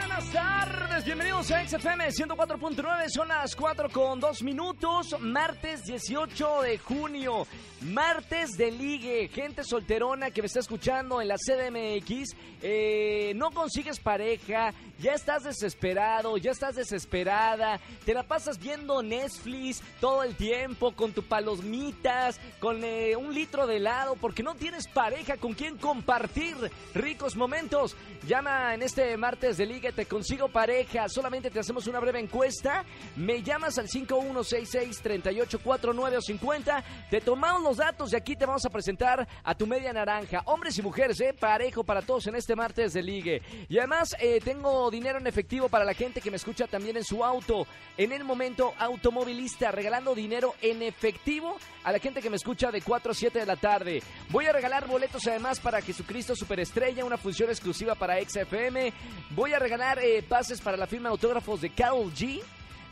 Buenas tardes, bienvenidos a XFM 104.9, son las 4 con 2 minutos, martes 18 de junio, martes de ligue, gente solterona que me está escuchando en la CDMX, eh, no consigues pareja, ya estás desesperado, ya estás desesperada, te la pasas viendo Netflix todo el tiempo, con tu palomitas, con eh, un litro de helado, porque no tienes pareja con quien compartir ricos momentos, llama en este martes de ligue, te consigo pareja, solamente te hacemos una breve encuesta, me llamas al 5166-3849 o 50, te tomamos los datos y aquí te vamos a presentar a tu media naranja, hombres y mujeres, ¿eh? parejo para todos en este martes de ligue. Y además eh, tengo dinero en efectivo para la gente que me escucha también en su auto, en el momento automovilista, regalando dinero en efectivo a la gente que me escucha de 4 a 7 de la tarde. Voy a regalar boletos además para Jesucristo Superestrella, una función exclusiva para XFM. Voy a regalar eh, pases para la firma de autógrafos de Carol G.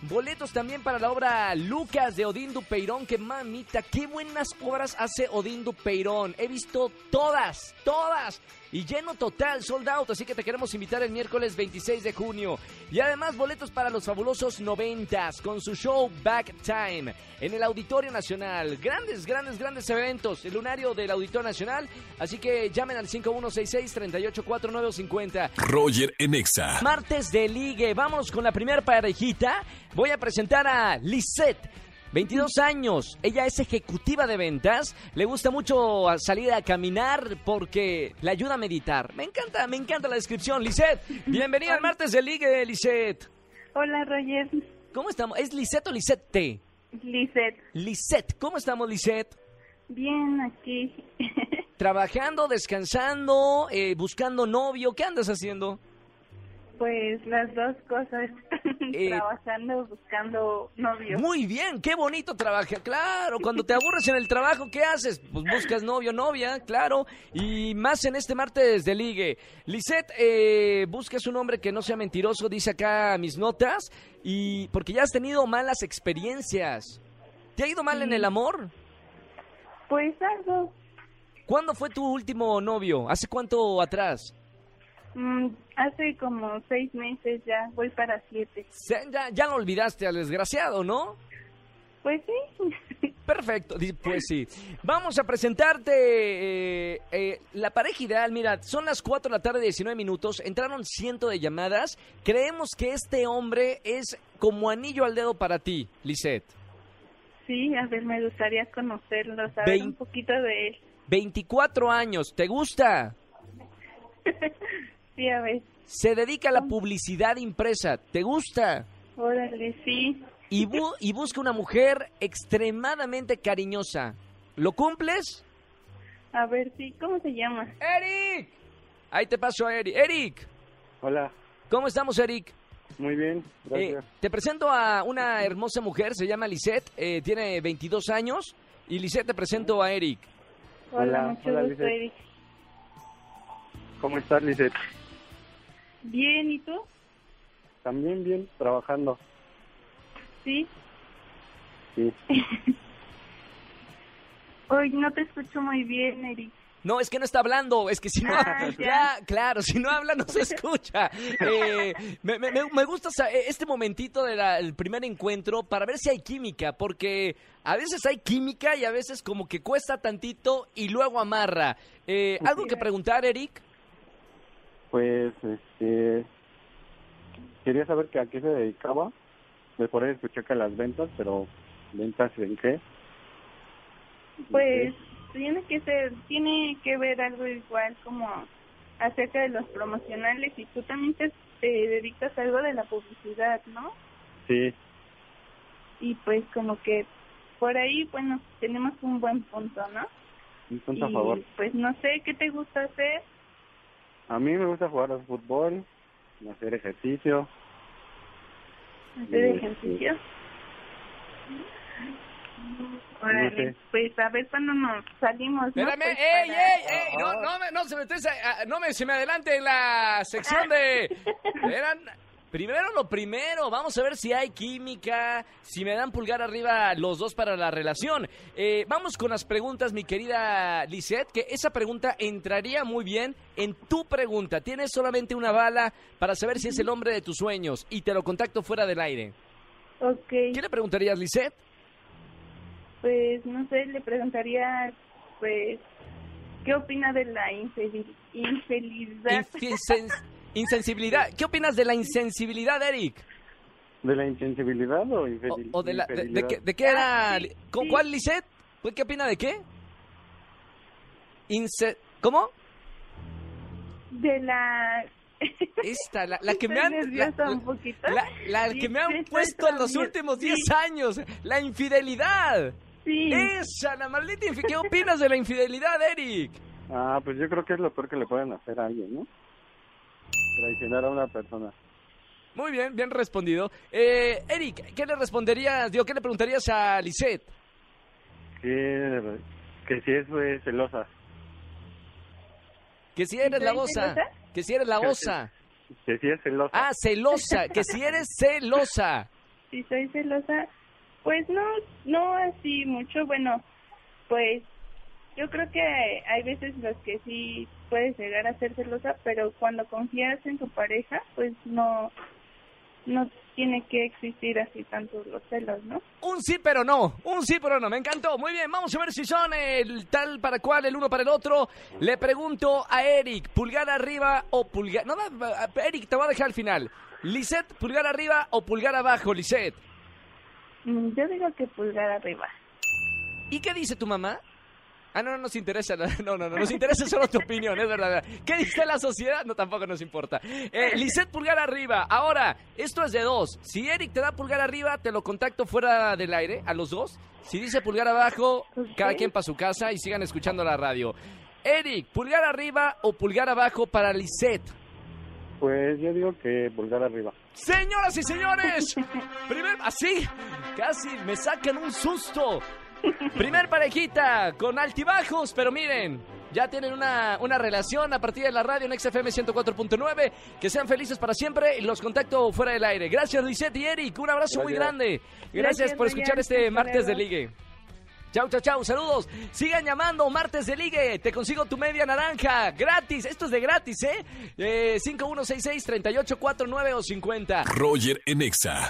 Boletos también para la obra Lucas de Odín Dupeirón, que mamita, qué buenas obras hace Odín Dupeirón. He visto todas, todas. Y lleno total, sold out, así que te queremos invitar el miércoles 26 de junio. Y además boletos para los fabulosos noventas con su show Back Time en el Auditorio Nacional. Grandes, grandes, grandes eventos, el lunario del Auditorio Nacional. Así que llamen al 5166-384950. Roger en Exa. Martes de ligue, vamos con la primera parejita. Voy a presentar a Lisette. 22 años, ella es ejecutiva de ventas, le gusta mucho salir a caminar porque le ayuda a meditar. Me encanta, me encanta la descripción, Lisette. Bienvenida al martes de ligue, Lisette. Hola, Roger. ¿Cómo estamos? ¿Es Lisette o Lisette? Lizeth. Lisette, ¿cómo estamos, Lisette? Bien, aquí. Trabajando, descansando, eh, buscando novio, ¿qué andas haciendo? pues las dos cosas. Eh, Trabajando, buscando novio. Muy bien, qué bonito trabaja. Claro, cuando te aburres en el trabajo, ¿qué haces? Pues buscas novio, novia, claro. Y más en este martes de ligue. Lisette, eh, buscas un hombre que no sea mentiroso, dice acá mis notas. Y porque ya has tenido malas experiencias. ¿Te ha ido mal en el amor? Pues algo. ¿Cuándo fue tu último novio? ¿Hace cuánto atrás? mm, hace como seis meses ya, voy para siete. Se- Ya, ya lo olvidaste al desgraciado, ¿no? Pues sí. Perfecto, di- pues sí. Vamos a presentarte eh, eh, la pareja ideal. Mira, son las 4 de la tarde, 19 minutos. Entraron ciento de llamadas. Creemos que este hombre es como anillo al dedo para ti, Lisette. sí, a ver, me gustaría conocerlo, saber Vein- un poquito de él. 24 años, ¿te gusta? Sí, a ver. Se dedica a la publicidad impresa, ¿te gusta? Órale, sí. Y, bu- y busca una mujer extremadamente cariñosa. ¿Lo cumples? A ver, sí, ¿cómo se llama? ¡Eric! Ahí te paso a Eric. ¡Eric! Hola, ¿Cómo estamos, Eric? muy bien, Eh, gracias. te presento a una hermosa mujer, se llama Lisette, eh, tiene 22 años. Y Lisette, te presento a Eric. Hola, Hola, mucho hola, gusto, Lizeth. Eric. ¿Cómo estás, Lizeth? Bien, ¿y tú? También bien, trabajando. Sí. Sí. Hoy no te escucho muy bien, Eric. No, es que no está hablando, es que si no... Ah, ya, ya. claro, si no habla no se escucha. Eh, me, me- me- me gusta sa- eh, este momentito del primer encuentro para ver si hay química, porque a veces hay química y a veces como que cuesta tantito y luego amarra. Eh, ¿Algo que preguntar, Eric? Pues, este. Quería saber que a qué se dedicaba. De por ahí escuché que las ventas, pero ¿ventas en qué? Pues tiene que ser, tiene que ver algo igual como acerca de los promocionales y tú también te, te dedicas a algo de la publicidad, ¿no? Sí, Y pues como que por ahí, bueno, tenemos un buen punto, ¿no? un Y punto a favor. pues no sé, ¿qué te gusta hacer? A mí me gusta jugar al fútbol, hacer ejercicio. Hacer Este, ejercicio. no sé. Órale, pues a ver cuándo nos salimos, ¿no? Espérame, Pues, ey, para- ey, ey, no, ah, no, me- no se me, estés a- a- no me- se me adelante en la sección de... Eran- Primero lo primero, vamos a ver si hay química, si me dan pulgar arriba los dos para la relación. Eh, vamos con las preguntas, mi querida Lisette, que esa pregunta entraría muy bien en tu pregunta. Tienes solamente una bala para saber si es el hombre de tus sueños y te lo contacto fuera del aire. Ok, ¿Qué le preguntarías, Lisette? pues no sé, le preguntaría, pues, ¿qué opina de la infeliz- infelicidad? Insens- insensibilidad. ¿Qué opinas de la insensibilidad, Eric? ¿De la insensibilidad o O, infelicidad? o de, la, de, de qué- de qué era? Ah, sí, ¿Cu- sí. ¿Cuál, Lisette? ¿Pues ¿Qué opina de qué? Inse- ¿Cómo? de la... Esta, la, la que me Estoy han... La, nerviosa un poquito. la- la Sí, que me sí, han estoy puesto en los todavía- últimos sí, 10 años. La infidelidad. Sí, Esa, la maldita infidelidad. ¿Qué opinas de la infidelidad, Eric? Ah, pues yo creo que es lo peor que le pueden hacer a alguien, ¿no? Traicionar a una persona. Muy bien, bien respondido. Eh, Eric, ¿qué le responderías? Digo, ¿qué le preguntarías a Lisette? Que, que si es pues, celosa. Que si eres la ¿Estoy osa. celosa? Que si eres la osa. Que si es celosa. Ah, celosa. Que si eres celosa. si soy celosa, pues no, no así mucho, bueno, pues yo creo que hay veces los que sí puedes llegar a ser celosa, pero cuando confías en tu pareja, pues no, no tiene que existir así tantos los celos, ¿no? Un sí, pero no. Un sí, pero no. Me encantó. Muy bien, vamos a ver si son el tal para cual, el uno para el otro. Le pregunto a Eric, pulgar arriba o pulgar... No, no, a- Eric, te voy a dejar al final. Lisette, pulgar arriba o pulgar abajo, Lisette. Mm, Yo digo que pulgar arriba. ¿Y qué dice tu mamá? Ah, no, no nos interesa, no, no, no, no, nos interesa solo tu opinión, es verdad. ¿Qué dice la sociedad? No, tampoco nos importa. Eh, Lisette, pulgar arriba. Ahora, esto es de dos. Si Eric te da pulgar arriba, te lo contacto fuera del aire, a los dos. Si dice pulgar abajo, cada Ok. quien para su casa y sigan escuchando la radio. Eric, pulgar arriba o pulgar abajo para Lisette. Pues yo digo que pulgar arriba. Señoras y señores, primer así, casi me sacan un susto. Primer parejita con altibajos, pero miren, ya tienen una, una relación a partir de la radio en XFM 104.9. Que sean felices para siempre y los contacto fuera del aire. Gracias, Lisette y Eric. Un abrazo muy Gracias. grande. Gracias, Gracias, por escuchar Brian. este Hasta martes de luego. ligue. Chau, chau, chau, saludos. Sigan llamando, martes de ligue. Te consigo tu media naranja, gratis. Esto es de gratis, ¿eh? eh 5166-3849 o 50. Roger en Exa.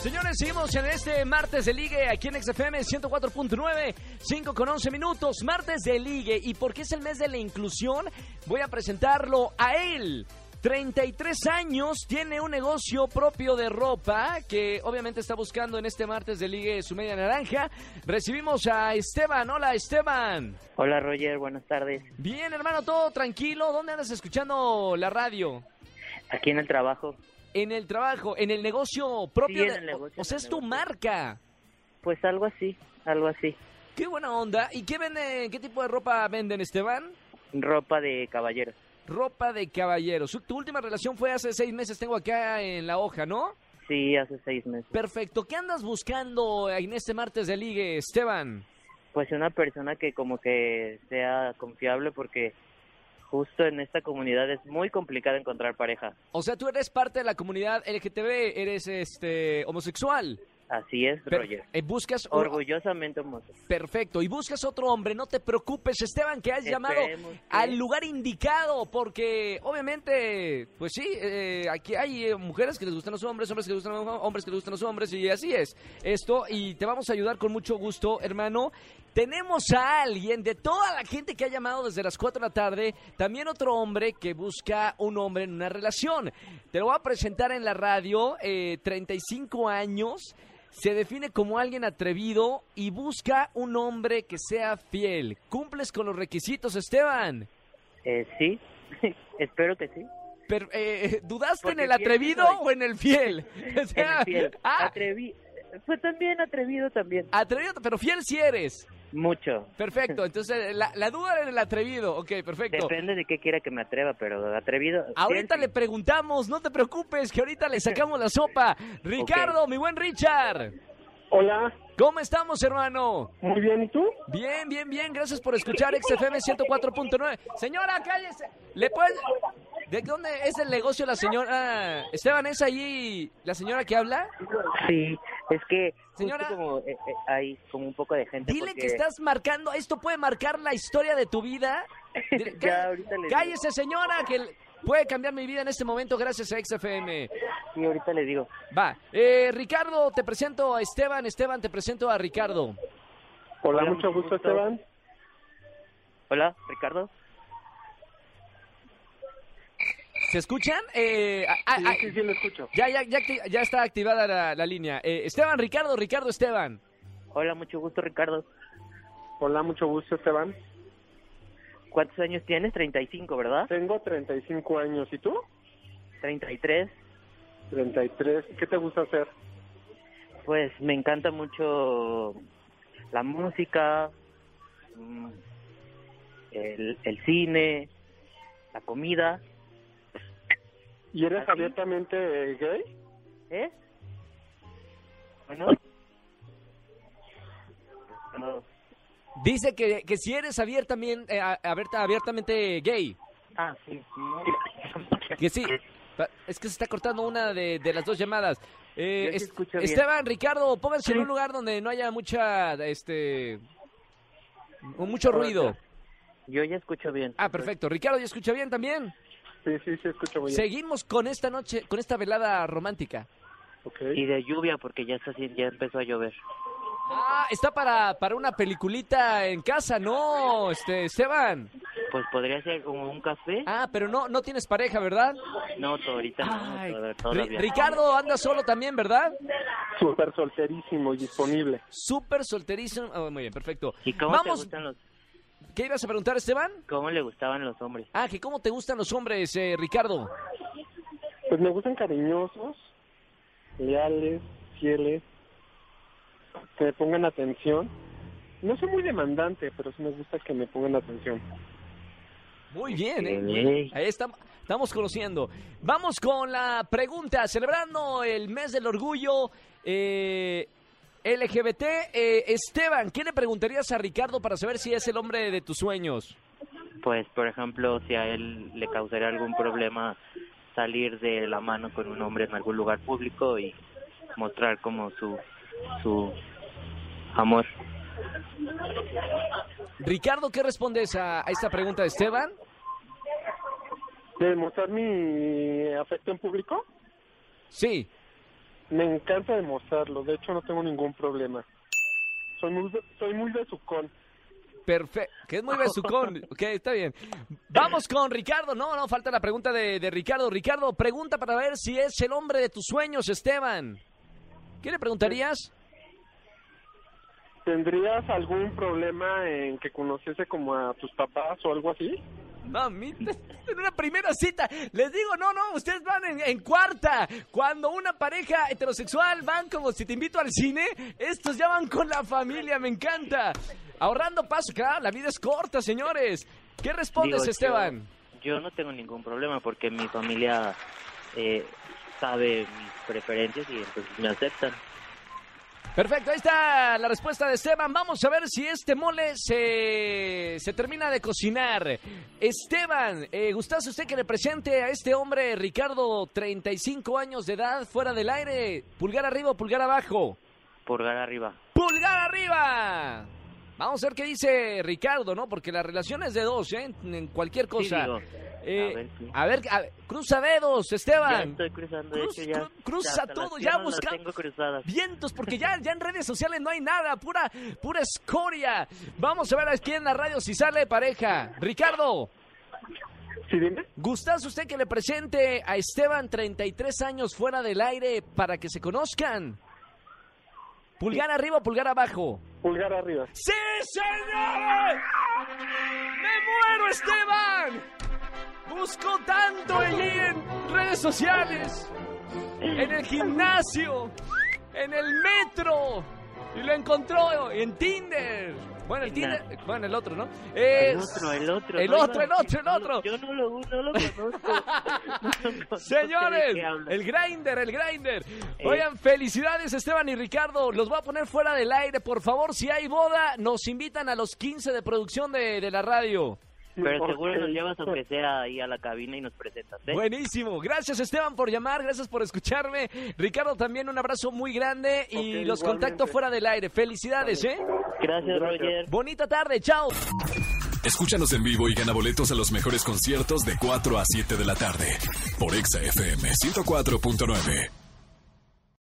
Señores, seguimos en este martes de ligue aquí en XFM 104.9, 5 con 11 minutos, martes de ligue. ¿Y porque es el mes de la inclusión? Voy a presentarlo a él. 33 años, tiene un negocio propio de ropa que obviamente está buscando en este martes de ligue su media naranja. Recibimos a Esteban. Hola, Esteban. Hola Roger, buenas tardes. Bien, hermano, todo tranquilo. ¿Dónde andas escuchando la radio? Aquí en el trabajo, En el trabajo, en el negocio propio. en de- el negocio, o sea, en el es tu negocio. marca. pues algo así, algo así. Qué buena onda. ¿Y qué venden? ¿Qué tipo de ropa venden, Esteban? Ropa de caballero. Ropa de caballero. Su- Tu última relación fue hace seis meses, tengo acá en la hoja, ¿no? Sí, hace seis meses. Perfecto. ¿Qué andas buscando en este martes de ligue, Esteban? Pues una persona que como que sea confiable porque justo en esta comunidad es muy complicado encontrar pareja. O sea, tú eres parte de la comunidad LGTB, eres este homosexual. Así es, Per- Roger. eh, buscas un- Orgullosamente homosexual. Perfecto. Y buscas otro hombre. No te preocupes, Esteban, que has Este, llamado Esperemos que- al lugar indicado, porque obviamente, pues sí, eh, aquí hay eh, mujeres que les gustan los hombres, hombres que les gustan los hom- hombres que les gustan los hombres, y así es esto, y te vamos a ayudar con mucho gusto, hermano. Tenemos a alguien de toda la gente que ha llamado desde las 4 de la tarde, también otro hombre que busca un hombre en una relación. Te lo voy a presentar en la radio, eh, 35 años. Se define como alguien atrevido y busca un hombre que sea fiel. ¿Cumples con los requisitos, Esteban? Eh, sí, espero que sí. Pero, eh, ¿Dudaste Porque en el fiel sí atrevido soy. o en el fiel? O En sea, el fiel. ah, Atrevi... Fue también atrevido también. atrevido, pero fiel si eres. Mucho. Perfecto, entonces la, la duda era en el atrevido. Ok, perfecto. Depende de qué quiera que me atreva, pero atrevido. Ahorita sí, le preguntamos, no te preocupes, que ahorita le sacamos la sopa. Ricardo, mi buen Richard, Hola, ¿cómo estamos, hermano? muy bien, ¿y tú? Bien, bien, bien, gracias por escuchar XFM 104.9. Señora, cállese. ¿Le puedes, ¿De dónde es el negocio la señora? Esteban, ¿es ahí la señora que habla? Sí, es que justo Señora. como eh, eh, hay como un poco de gente. Dile porque- que estás marcando, esto puede marcar la historia de tu vida. Dile, Ya, "Cá- ahorita le cállese, señora, que l- puede cambiar mi vida en este momento gracias a XFM. Sí, ahorita le digo. Va, eh, Ricardo, te presento a Esteban, Esteban, te presento a Ricardo. Hola, Hola, mucho mucho gusto, gusto. Esteban. Hola, Ricardo. ¿Se escuchan? Eh, ah, ah, Sí, ah, sí, sí, lo escucho. ya, ya, ya, acti- ya está activada la, la línea. Eh, Esteban, Ricardo, Ricardo, Esteban. Hola, mucho gusto, Ricardo. Hola, mucho gusto, Esteban. ¿Cuántos años tienes? 35, ¿verdad? Tengo 35 años, ¿y tú? 33. 33. ¿Qué te gusta hacer? Pues me encanta mucho la música, mm, el, el cine, la comida. ¿Y eres Así. abiertamente eh, gay? ¿Eh? Bueno. No. Dice que, que si eres abiertamente, eh, a- abierta- abiertamente gay, Ah, sí. no. que sí. Pa- Es que se está cortando una de, de las dos llamadas. Eh, Yo sí es- escucho bien. Esteban, Ricardo, pónganse en Sí. un lugar donde no haya mucha, este, mucho ruido. Yo ya escucho bien. Ah, perfecto. Ricardo, ¿ya escucha bien también? Sí, sí, sí, escucho muy bien. Seguimos con esta noche, con esta velada romántica. Okay. Y de lluvia porque ya está haci- ya empezó a llover. Ah, está para, para una peliculita en casa, ¿no, este, Esteban? Pues podría ser como un café. Ah, pero no, no tienes pareja, ¿verdad? No, to- ahorita no, Ay, to- Ri- todavía. Ricardo anda solo también, ¿verdad? Súper solterísimo y disponible. Súper solterísimo. Ah, muy bien, perfecto. ¿Y cómo te Vamos, gustan los ¿qué ibas a preguntar, Esteban? cómo le gustaban los hombres? Ah, que cómo te gustan los hombres, eh, Ricardo. Pues me gustan cariñosos, leales, fieles, que me pongan atención. No soy muy demandante, pero sí me gusta que me pongan atención. Muy bien, ¿eh? Ey. Ahí estamos, estamos conociendo. Vamos con la pregunta, celebrando el mes del orgullo eh, LGBT. eh, Esteban, ¿qué le preguntarías a Ricardo para saber si es el hombre de tus sueños? Pues, por ejemplo, si a él le causaría algún problema salir de la mano con un hombre en algún lugar público y mostrar como su su amor. Ricardo, ¿qué respondes a, a esta pregunta de Esteban? De demostrar mi afecto en público, Sí, me encanta demostrarlo. De hecho, no tengo ningún problema. Soy muy, soy muy besucón. perfecto. Que es muy besucón. Ok, está bien. Vamos con Ricardo. No, no, falta la pregunta de, de Ricardo. Ricardo, pregunta para ver si es el hombre de tus sueños, Esteban. ¿Qué le preguntarías? ¿Tendrías algún problema en que conociese como a tus papás o algo así? Mamita, en una primera cita. Les digo, no, no, ustedes van en, en cuarta. Cuando una pareja heterosexual van como si te invito al cine, estos ya van con la familia, me encanta. Ahorrando paso, claro, la vida es corta, señores. ¿Qué respondes, Digo, yo- Esteban? Yo no tengo ningún problema porque mi familia eh, sabe mis preferencias y entonces me aceptan. Perfecto, ahí está la respuesta de Esteban. Vamos a ver si este mole se, se termina de cocinar. Esteban, eh, ¿gustase usted que le presente a este hombre, Ricardo, 35 años de edad, fuera del aire? Pulgar arriba o pulgar abajo. Pulgar arriba. ¡Pulgar arriba! Vamos a ver qué dice Ricardo, ¿no? Porque la relación es de dos, ¿eh? En en cualquier Sí, cosa. digo, Eh, a ver, sí. a ver, a ver, cruza dedos, ya Esteban. estoy cruzando, Cruz- de hecho ya. cru- cruza ya hasta todo, las ya piernas las busca- tengo cruzadas. Vientos, porque ya, ya en redes sociales no hay nada, pura, pura escoria. Vamos a ver aquí en la radio si sale pareja. Ricardo, ¿Sí, dime? ¿gustás usted que le presente a Esteban 33 años fuera del aire para que se conozcan? Pulgar arriba, pulgar abajo. Pulgar arriba. ¡Sí, señores! ¡Me muero, Esteban! Busco tanto el ir en redes sociales, en el gimnasio, en el metro, y lo encontró en Tinder. Bueno, el Tinder, bueno, el otro, ¿no? Eh, El otro, el otro. el no otro, iba- el otro, el no, otro. Yo no lo, no lo conozco. No lo conozco, ¿de Señores, qué hablas? el grinder, el grinder. Eh. Oigan, felicidades Esteban y Ricardo. Los voy a poner fuera del aire, por favor. Si hay boda, nos invitan a los 15 de producción de, de la radio. Pero Ok. seguro nos llevas aunque sea ahí a la cabina y nos presentas, ¿eh? Buenísimo. Gracias, Esteban, por llamar. Gracias por escucharme. Ricardo, también un abrazo muy grande y Ok, los contacto igualmente. fuera del aire. Felicidades, ¿eh? Gracias, Gracias. Roger. Bonita tarde. Chao. Escúchanos en vivo y gana boletos a los mejores conciertos de 4 a 7 de la tarde por Exa FM 104.9.